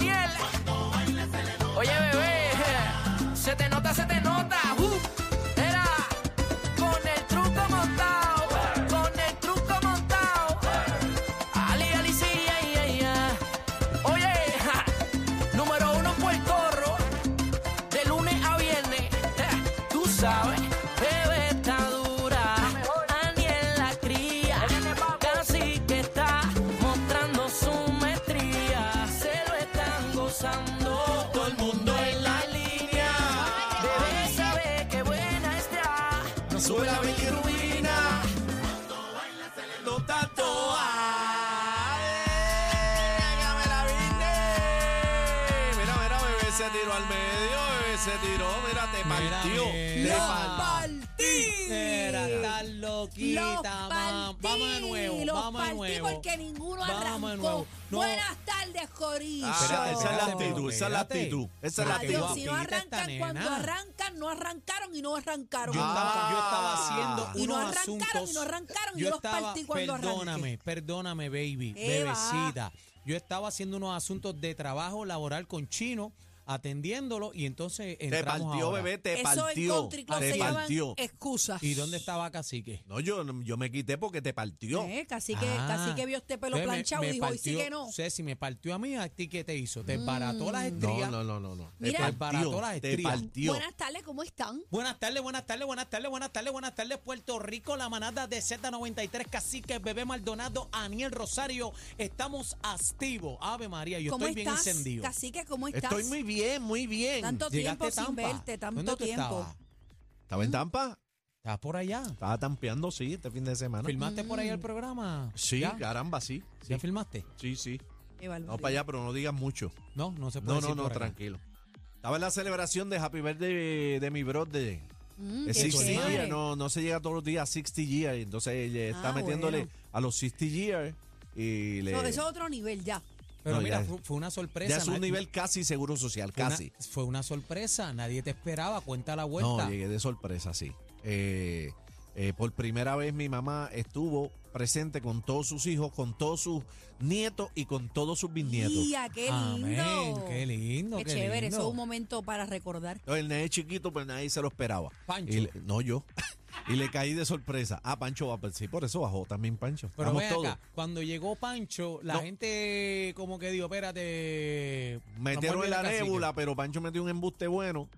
Uh, eh, sabes, bebé está dura. Aniel la cría, casi que está mostrando su maestría. Se lo están gozando. Todo el mundo en la línea. Bebé sabe que buena está. No sube la bilirruina. No tanto Mira, mira, bebé se tiró al medio, bebé se tiró, mira, te Mira, partió. mira. te Lo partió. Era tan Los loquita, mam. partí, Vamos de nuevo, los vamos de partí nuevo. porque ninguno Vamos de arrancó. nuevo. No. Buenas tardes, Corillo. Ah, esa Espérate, es la espérate, actitud, esa es la espérate. actitud, esa es la Espérate, Adiós, actitud. si no guapita esta arrancan, nena. cuando arrancan, no arrancaron y no arrancaron. Yo, No estaba, yo arrancaron. Ah. estaba haciendo Y no unos arrancaron, y no asuntos. arrancaron, y yo yo los estaba, partí cuando arranqué. Perdóname, perdóname, baby, ¿Qué va? bebecita. Yo estaba haciendo unos asuntos de trabajo laboral con chino, atendiéndolo, y entonces Te entramos partió, ahora. bebé, te Eso en partió. Country Club te se partió. llaman excusas. ¿Y dónde estaba Cacique? No, yo, yo me quité porque te partió. Eh, casi que, casi que vio este pelo entonces Ah. me- planchado y me dijo, hoy sí partió- que no. Mm. Ceci, me partió a mí, ¿a ti qué te hizo? ¿Te barató las No, estrías? no, no, no, no. Mira. te Desbarató partió, las te estrías. partió. Buenas tardes, ¿cómo están? Buenas tardes, buenas tardes, buenas tardes, buenas tardes, buenas tardes, Puerto Rico, la manada de Z93, Cacique, Bebé Maldonado, Aniel Rosario, estamos activos. Ave María, yo ¿Cómo estoy bien estás? encendido. Cacique, ¿cómo estás? Estoy muy bien, muy bien. Tanto tiempo sin Tampa. ¿Dónde verte, tanto tú tiempo. estabas? ¿Estaba en Tampa? Estabas por allá. Estaba tampeando, sí, este fin de semana. ¿Filmaste por Mm. ahí el programa? Sí, ¿Ya? caramba, sí. ¿Ya filmaste? Sí, sí. Qué No barbaridad. para allá, pero no digas mucho. No, no se puede No, decir no, no, por acá. tranquilo. Estaba en la celebración de Happy Birthday de mi brother. Mm, Eh, qué 60 chévere. years, no, no se llega todos los días a 60 years. Entonces ella está Ah, metiéndole bueno. a los 60 years y le. No, eso es otro nivel ya. Pero No, mira, ya- fu- fue una sorpresa. ya es un nadie- nivel casi seguro social, fue una- casi. fue una sorpresa, nadie te esperaba, cuenta la vuelta. No, llegué de sorpresa, sí. Eh, eh, por primera vez mi mamá estuvo presente con todos sus hijos, con todos sus nietos y con todos sus bisnietos. Día, ah, qué Amén, lindo. qué lindo, Qué, qué chévere, lindo. eso es un momento para recordar. Entonces, el nene chiquito, pues nadie se lo esperaba. Pancho. Y le- no, yo. y le caí de sorpresa. Ah, Pancho va, pues, sí, por eso bajó también Pancho. Pero Vamos ven todos. acá, cuando llegó Pancho, la No. gente como que dijo, espérate. Metieron en la nebula nébula, pero Pancho metió un embuste bueno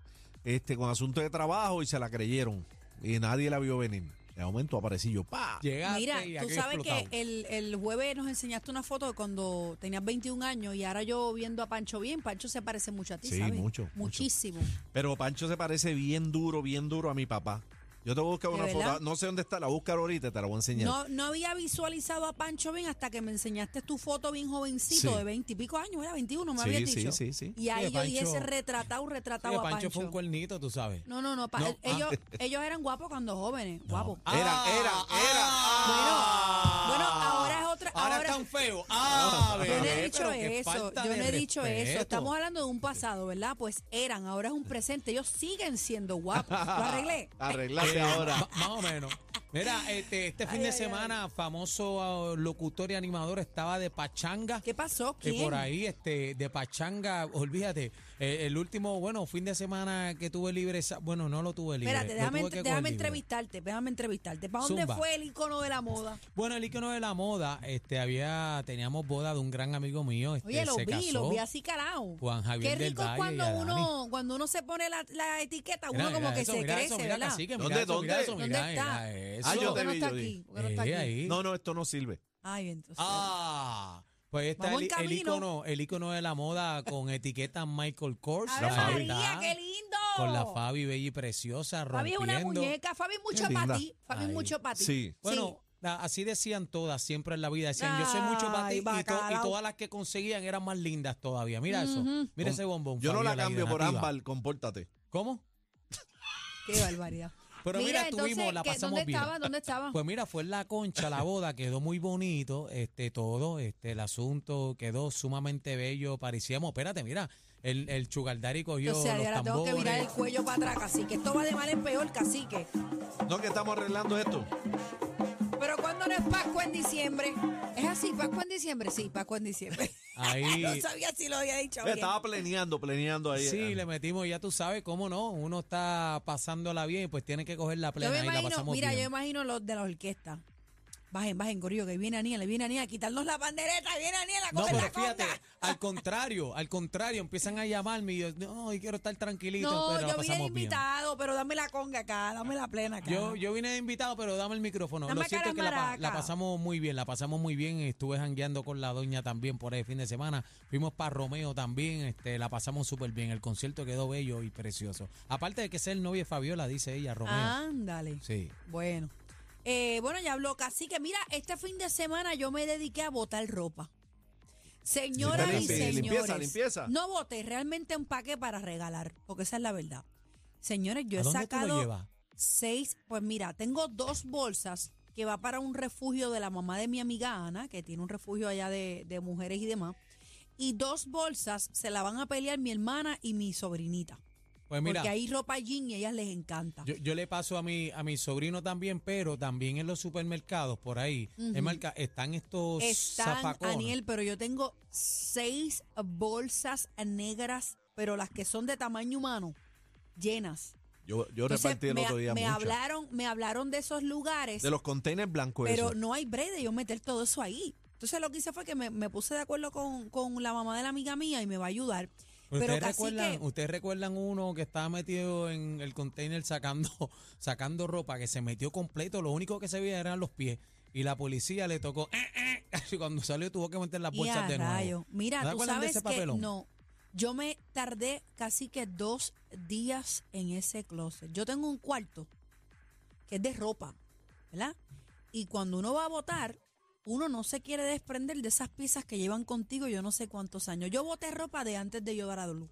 este, con asunto de trabajo y se la creyeron. Y nadie la vio venir. De momento aparecí yo, ¡pa! Llegaste Mira, y tú aquello sabes explotado. que el, el jueves nos enseñaste una foto de cuando tenías 21 años y ahora yo viendo a Pancho bien, Pancho se parece mucho a ti, Sí, ¿sabes? mucho, mucho. Muchísimo. Pero Pancho se parece bien duro, bien duro a mi papá. Yo te voy a buscar ¿De una verdad? foto. No sé dónde está, la buscar ahorita, te la voy a enseñar. No, no había visualizado a Pancho bien hasta que me enseñaste tu foto bien jovencito Sí. de 20 y pico años, era 21, me Sí, habías sí, dicho. sí, sí. Y ahí Sí, yo dije Pancho- ese retratado, retratado Sí, a Pancho Pancho. fue un cuernito, tú sabes. No, no, no, pa- No, ah. ellos, ellos eran guapos cuando jóvenes, guapos. Ah, Era, era, era. Bueno, bueno, ahora es otra. Ahora, ahora- están feos. Ah, Yo no bebé, he dicho pero qué eso, falta yo no de he dicho eso. respeto. Estamos hablando de un pasado, ¿verdad? Pues eran, ahora es un presente. Ellos siguen siendo guapos. Lo arreglé. Arreglate ahora. Eh, Ma- más o menos. Mira, este, este fin Ay, de ay, semana, famoso ah, locutor y animador estaba de pachanga. ¿Qué pasó? que ¿Quién? por ahí este de pachanga olvídate eh, el último bueno fin de semana que tuve libre esa- bueno no lo tuve libre Espérate, lo déjame, tuve que coger déjame libre. entrevistarte, déjame entrevistarte. ¿Para dónde Zumba. fue el icono de la moda? bueno el icono de la moda este había teníamos boda de un gran amigo mío este, Oye, lo se vi, casó. lo vi así calado. Juan Javier Qué del rico Valle y cuando a Dani. uno, cuando uno se pone la, la etiqueta, uno Mira, como mira que eso, se mira crece, eso, mira, ¿verdad? cacique, mira ¿Dónde, eso, mira dónde? eso, ¿Dónde mira, está? mira Ah, eso. yo ¿Por qué te no vi, está yo vi. aquí? ¿Por qué no está Eh, aquí? ahí. No, no, esto no sirve. Ay, entonces. Ah, pues ahí está Vamos el, en el camino. icono, el icono de la moda con etiqueta Michael Kors. ¡Ave ahí María, está, qué lindo! Ah, Con la Fabi bella y preciosa, Fabi es rompiendo. una muñeca, Fabi es mucho Qué para linda. ti, Fabi es Ahí. mucho para ti. Sí. Bueno, la- así decían todas siempre en la vida. Decían, yo soy mucho para ti. Ay, Y, to- y bacalao. todas las que conseguían eran más lindas todavía. Mira eso. Mira ese bombón. Yo no la Fabiola, cambio por hidrativa. ámbar, compórtate. ¿cómo? Qué barbaridad. Pero mira, entonces, estuvimos, la ¿qué- pasamos ¿Dónde bien. estaba? ¿Dónde estaba? Pues mira, fue en la concha, la boda quedó muy bonito, este todo, este el asunto quedó sumamente bello, parecíamos, espérate, mira, el, el chugaldari cogió Entonces, los ahora tengo que virar el tambores. cuello para atrás, cacique. Esto va de mal en peor, cacique. No, que estamos arreglando esto. Pero cuando no es Pascua en diciembre. ¿Es así? ¿Pascua en diciembre? Sí, Pascua en diciembre. no Ahí, sabía si lo había dicho. bien. Estaba planeando, planeando ahí. eh, sí, le metimos, ya tú sabes cómo no, uno está pasándola bien y pues tiene que coger la Yo plena me y la imagino, pasamos mira, yo bien. imagino los de la orquesta. Bajen, bajen, Corillo, que viene Aniel, viene Aniel a quitarnos la bandereta, viene Aniel a No, coger pero la fíjate, conga. al contrario, al contrario, empiezan a llamarme y yo, no, yo quiero estar tranquilito, No, pero la yo vine de pasamos bien. invitado, pero dame la conga acá, dame la plena acá. Yo, yo vine de invitado, pero dame el micrófono. Dame Lo cierto es que la, pa- la caramaraca. pasamos muy bien, la pasamos muy bien. Estuve jangueando con la doña también por el fin de semana. Fuimos para Romeo también, este, la pasamos súper bien. El concierto quedó bello y precioso. Aparte de que ser el novio de Fabiola, dice ella, Romeo. Ah. Ándale. Sí. Bueno. Eh, bueno, ya habló que Mira, este fin de semana yo me dediqué a botar ropa. Señoras y Limpieza, señores. limpieza, limpieza. No boté, realmente empaqué para regalar, porque esa es la verdad. Señores, yo ¿A he dónde tú lo sacado llevas? seis, pues mira, tengo dos bolsas que va para un refugio de la mamá de mi amiga Ana, que tiene un refugio allá de, de mujeres y demás. Y dos bolsas se la van a pelear mi hermana y mi sobrinita. Pues mira, porque hay ropa jean y a ellas les encanta. yo, yo le paso a mi, a mi sobrino también, pero también en los supermercados por ahí, en Ujú. marca- están estos Están, zafacones. Aniel, pero yo tengo seis bolsas negras, pero las que son de tamaño humano, llenas. Yo, yo Entonces, repartí el me, otro día me mucho. hablaron, me hablaron de esos lugares, De los containers blancos pero esos. no hay break de yo meter todo eso ahí. Entonces lo que hice fue que me, me puse de acuerdo con, con la mamá de la amiga mía y me va a ayudar. Pero ¿Ustedes casi recuerdan, que- ustedes recuerdan uno que estaba metido en el container sacando, sacando ropa, que se metió completo, lo único que se veía eran los pies. Y la policía le tocó, "Eh, eh", y cuando salió tuvo que meter las Y a bolsas de nuevo. rayo. Mira, ¿No te tú acuerdas de sabes ese que papelón? no. Yo me tardé casi que dos días en ese closet. Yo tengo un cuarto que es de ropa, ¿verdad? Y cuando uno va a votar, uno no se quiere desprender de esas piezas que llevan contigo yo no sé cuántos años. Yo voté ropa de antes de yo dar a luz.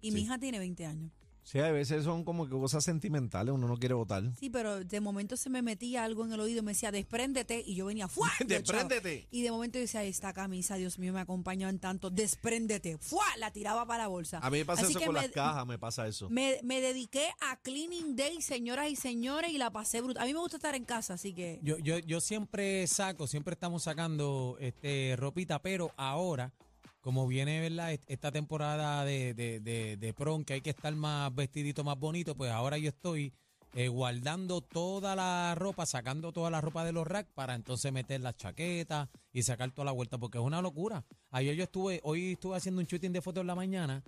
Y mi Sí. hija tiene 20 años. Sí, a veces son como que cosas sentimentales, uno no quiere votar. Sí, pero de momento se me metía algo en el oído y me decía, despréndete. Y yo venía, ¡fuá! Yo, chao. Despréndete. Y de momento dice, ahí esta camisa, Dios mío, me acompañó en tanto, despréndete. ¡Fua! La tiraba para la bolsa. A mí me pasa Así eso que con me, las cajas, me pasa eso. Me, me dediqué a Cleaning Day, señoras y señores, y la pasé brutal. A mí me gusta estar en casa, así que... Yo, yo, yo siempre saco, siempre estamos sacando este ropita, pero ahora, como viene ¿verdad? Est- esta temporada de, de, de, de prom, que hay que estar más vestidito, más bonito, pues ahora yo estoy eh, guardando toda la ropa, sacando toda la ropa de los racks para entonces meter las chaquetas y sacar toda la vuelta, porque es una locura. Ayer yo estuve, hoy estuve haciendo un shooting de fotos en la mañana.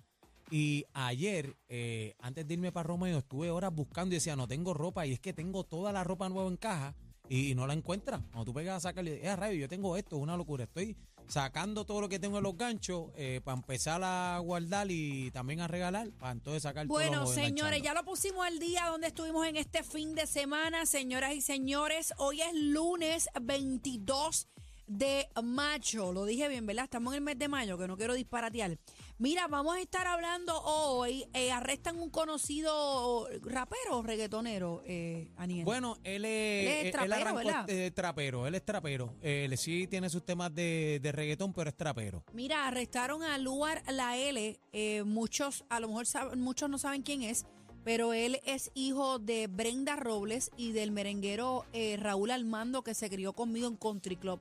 Y ayer, eh, antes de irme para Romeo, estuve horas buscando y decía, no tengo ropa. Y es que tengo toda la ropa nueva en caja y, no la encuentras. Cuando tú pegas a sacarle, eh, rayo, yo tengo esto, es una locura. Estoy sacando todo lo que tengo en los ganchos eh, para empezar a guardar y también a regalar, para entonces sacar todo Bueno, lo que voy señores, enganchando. ya lo pusimos al día donde estuvimos en este fin de semana, señoras y señores. Hoy es lunes 22 de mayo. Lo dije bien, ¿verdad? Estamos en el mes de mayo, que no quiero disparatear. Mira, vamos a estar hablando hoy. eh, arrestan un conocido rapero o reggaetonero, eh, Aniel. Bueno, él Él es es, trapero, arrancó, ¿verdad? eh, trapero, él es trapero. Él sí tiene sus temas de, de reggaetón, pero es trapero. Mira, arrestaron a Luar La L. eh, muchos, a lo mejor sab- muchos no saben quién es, pero él es hijo de Brenda Robles y del merenguero eh, Raúl Armando que se crió conmigo en Country Club.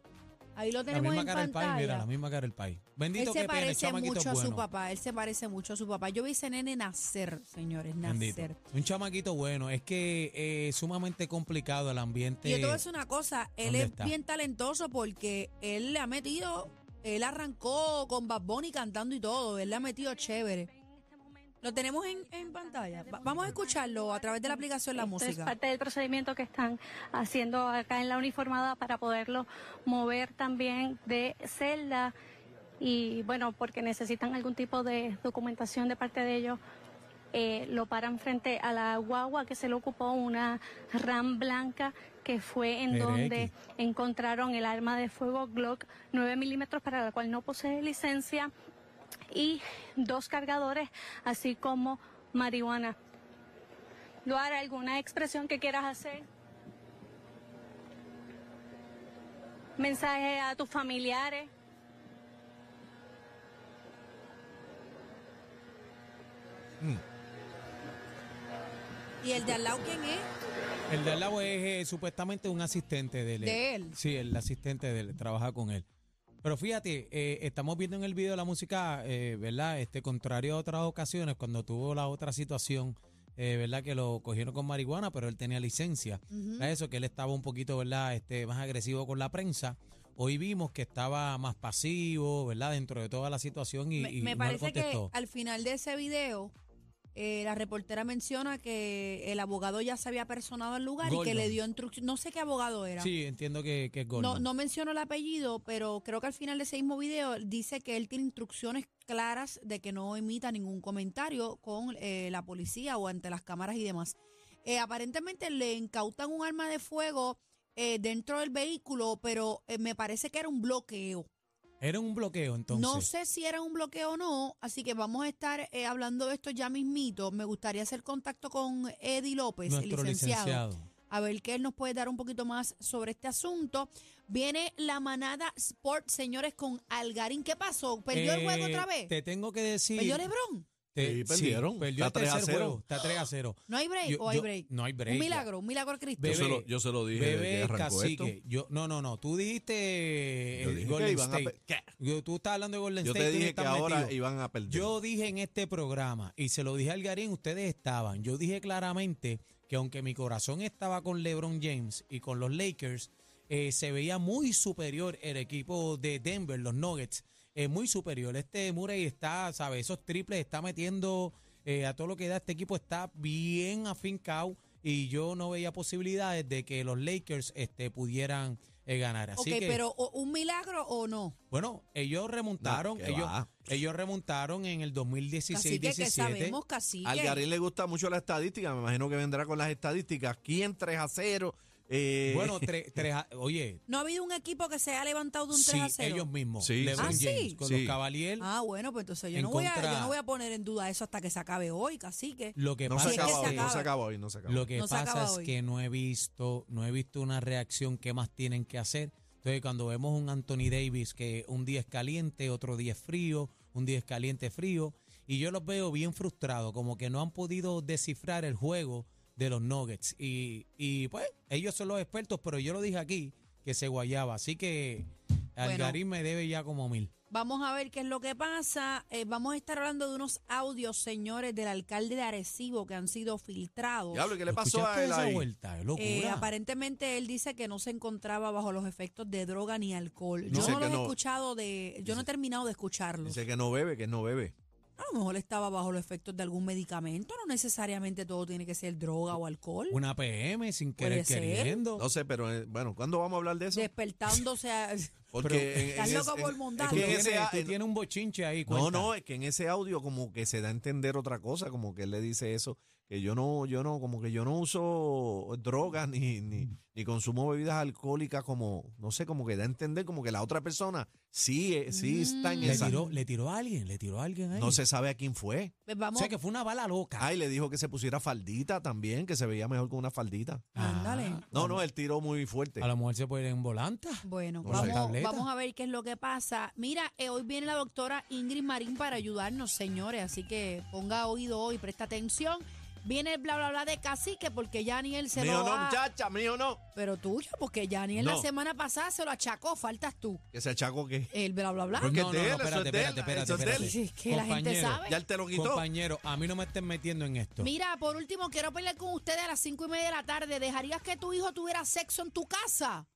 Ahí lo La tenemos misma en cara del país, pantalla. mira, la misma cara del país. él Bendito se que pena, el parece chamaquito es mucho a su bueno. papá, él se parece mucho a su papá. Yo vi ese nene nacer, señores, Bendito. nacer. Un chamaquito bueno. Es que eh, es sumamente complicado el ambiente. Y yo te voy a decir una cosa, él ¿Dónde es está? bien talentoso porque él le ha metido, él arrancó con Bad Bunny cantando y todo, él le ha metido chévere. Lo tenemos en, en pantalla. Va- vamos a escucharlo a través de la aplicación La Esto Es Música. parte del procedimiento que están haciendo acá en la uniformada para poderlo mover también de celda y bueno, porque necesitan algún tipo de documentación de parte de ellos. eh, lo paran frente a la guagua que se le ocupó una RAM blanca que fue en RX. donde encontraron el arma de fuego Glock 9 milímetros para la cual no posee licencia y dos cargadores así como marihuana. Luar, ¿alguna expresión que quieras hacer? Mensaje a tus familiares. ¿Y el de al lado quién es? El de al lado es eh, supuestamente un asistente de él. De él. Sí, el asistente de él, trabaja con él. Pero fíjate, eh, estamos viendo en el video la música, eh, ¿verdad? Este, contrario a otras ocasiones, cuando tuvo la otra situación eh, ¿verdad? Que lo cogieron con marihuana, pero él tenía licencia. Ujú. Era Eso, que él estaba un poquito, ¿verdad? Este, más agresivo con la prensa. Hoy vimos que estaba más pasivo, ¿verdad? Dentro de toda la situación y, me, y me no le parece que contestó. al final de ese video, eh, la reportera menciona que el abogado ya se había personado al lugar y que Goldman. le dio instrucción. No sé qué abogado era. Sí, entiendo que, que es gol. No, no menciono el apellido, pero creo que al final de ese mismo video dice que él tiene instrucciones claras de que no emita ningún comentario con eh, la policía o ante las cámaras y demás. Eh, aparentemente le incautan un arma de fuego eh, dentro del vehículo, pero eh, me parece que era un bloqueo. Era un bloqueo, entonces. No sé si era un bloqueo o no, así que vamos a estar eh, hablando de esto ya mismito. Me gustaría hacer contacto con Eddie López, pues, el nuestro licenciado licenciado. a ver qué él nos puede dar un poquito más sobre este asunto. Viene la manada Sport, señores, con Algarín. ¿Qué pasó? ¿Perdió el juego Eh, otra vez? Pues Te tengo que decir. ¿Perdió Lebron? te- Sí, perdieron. perdió el Está 3 a tercer 0. juego. Está 3 a 0. ¿No hay break Yo- o hay yo- break? no hay break, Un ya. milagro, un milagro a Cristo. Yo Bebé, se, lo, yo se lo dije desde que Bebé arrancó cacique. esto. Yo, no, no, no. Tú dijiste Yo eh, dije que Golden iban a State. pe- ¿Qué? Yo- tú estás hablando de Golden Yo State. te tú no dije que estás ahora metido. iban a perder. Yo dije en este programa, y se lo dije al Garín, ustedes estaban. Yo dije claramente que aunque mi corazón estaba con LeBron James y con los Lakers, eh, se veía muy superior el equipo de Denver, los Nuggets. eh, muy superior. Este Murray está, ¿sabes? Esos triples está metiendo eh, a todo lo que da. Este equipo está bien afincado y yo no veía posibilidades de que los Lakers este, pudieran eh, ganar. Así ok, que, pero ¿o- ¿un milagro o no? bueno, ellos remontaron. No, ¿qué ellos, va? ellos remontaron en el 2016-17. Así que, que sabemos, cacique. Al Garín le gusta mucho la estadística, me imagino que vendrá con las estadísticas. ¿Quién 3 a 0? Eh, Bueno, tres, tres a- oye, No ha habido un equipo que se ha levantado de un 3 sí, a 0. ellos mismos. Sí, LeBron sí. Ah, James sí. con Sí. los Cavaliers. Ah, bueno, pues entonces yo En no, voy a, contra- yo no voy a poner en duda eso hasta que se acabe hoy, cacique. Lo que no pasa se Sí, es que acaba se hoy, no acaba. se acaba hoy, no se acaba. Lo que No se pasa acaba es hoy. que no he visto, no he visto una reacción que más tienen que hacer. Entonces, cuando vemos un Anthony Davis que un día es caliente, otro día es frío, un día es caliente frío, y yo los veo bien frustrados, como que no han podido descifrar el juego de los Nuggets. Y, y pues, ellos son los expertos, pero yo lo dije aquí, que se guayaba. Así que Algarín me debe ya como mil. Vamos a ver qué es lo que pasa. Eh, vamos a estar hablando de unos audios, señores, del alcalde de Arecibo que han sido filtrados. Diablo, ¿y ¿qué le ¿Lo pasó a escuchaste él esa ahí? vuelta? Es locura. Eh, aparentemente él dice que no se encontraba bajo los efectos de droga ni alcohol. Yo Dice no lo que he no. escuchado de, yo no he terminado de escucharlo. Dice que no bebe, que no bebe. A lo mejor estaba bajo los efectos de algún medicamento, no necesariamente todo tiene que ser droga o alcohol. Una PM sin querer Puede ser. queriendo. No sé, pero eh, bueno, ¿cuándo vamos a hablar de eso? Despertándose a- Porque Pero- en- en Estás ese- loco por en- mondar. es Tú, que en tienes, ese- tú en- tienes un bochinche ahí. No, Cuenta. no, es que en ese audio como que se da a entender otra cosa, como que él le dice eso, que yo no, yo no, como que yo no uso drogas ni, ni, ni consumo bebidas alcohólicas, como, no sé, como que da a entender como que la otra persona sí, eh, sí está en Le esa. tiró, le tiró a alguien, le tiró a alguien ahí. No Ah, se sabe a quién fue. Pues O vamos, sea que fue una bala loca. Ay, le dijo que se pusiera faldita también, que se veía mejor con una faldita. ándale. No, no, él tiró muy fuerte. A lo mejor se puede ir en volanta. Bueno, No sé. vamos, Tableta. vamos a ver qué es lo que pasa. Mira, eh, hoy viene la doctora Ingrid Marín para ayudarnos, señores, así que ponga oído hoy, presta atención. Viene el bla bla bla de cacique porque ya ni él se Mío lo no, va- muchacha, mío no. Pero tuyo, porque ya ni en la No. semana pasada se lo achacó, faltas tú. Que se achacó Pues que... El bla bla bla. Porque es no, no, de no, él, eso es espérate, de él, espérate, espérate, eso es de él. espérate. Sí, es que la gente Compañero, sabe. Ya él te lo quitó. Compañero, a mí no me estén metiendo en esto. Mira, por último, quiero pelear con ustedes a las cinco y media de la tarde. ¿Dejarías que tu hijo tuviera sexo en tu casa?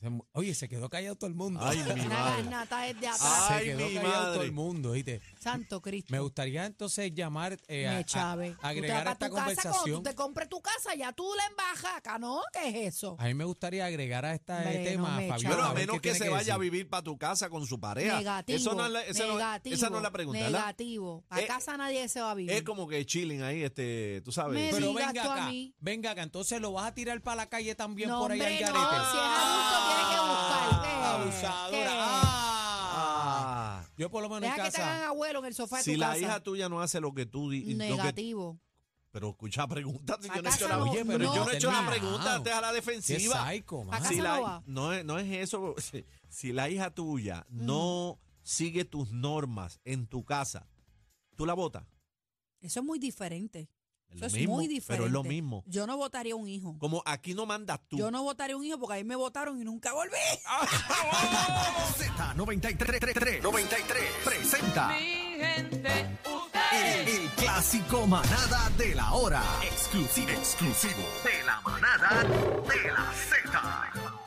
Se mu- Oye, se quedó callado todo el mundo. Ay, mi Una madre. Ah. garnata es de atrás. Ay, se quedó mi callado todo madre. el mundo, ¿oíste? Santo Cristo. Me gustaría entonces llamar eh, a- Me a- chave. agregar a Tú te esta vas para tu Casa, cuando conversación. tú te compres tu casa, ya tú la embajas acá, ¿no? ¿Qué es eso? A mí me gustaría agregar a este Hombre, no tema, me Fabiola. Pero Chao. a A ver, menos qué que tiene se vaya decir. a vivir para tu casa con su pareja. Negativo. Eso no es la, esa no- negativo, esa no es la pregunta, ¿verdad? Negativo. Para Eh, casa nadie se va a vivir. Es como que chilling ahí, este, tú sabes. Me Pero digas venga tú a acá, mí. venga acá, entonces lo vas a tirar para la calle también no, por ahí al hombre, no. garete. Si es adulto, tiene que buscar. ¿Qué? Ah, abusadora. ¿Qué? Ah. Ah, Yo por lo menos Deja en que te hagan casa. abuelo en el sofá de si tu la casa. hija tuya no hace lo que tú dices. Negativo. Pero escucha, pregunta. Si yo no he Acá hecho se lo- la, Oye, pero no. yo no he hecho la Terminado. pregunta, te a la Qué defensiva. psycho, Acá man. Si se la- lo va. no, es, no es eso. Si, si la hija tuya no Mm. sigue tus normas en tu casa, tú la votas. Eso es muy diferente. Es Eso lo es mismo, muy diferente. Pero es lo mismo. Yo no votaría un hijo. Como aquí no mandas tú. Yo no votaría un hijo porque ahí me votaron y nunca volví. Z93 93 presenta Mi gente, ustedes El, el clásico manada de la hora. Exclusivo. Exclusivo. De la manada de la Z.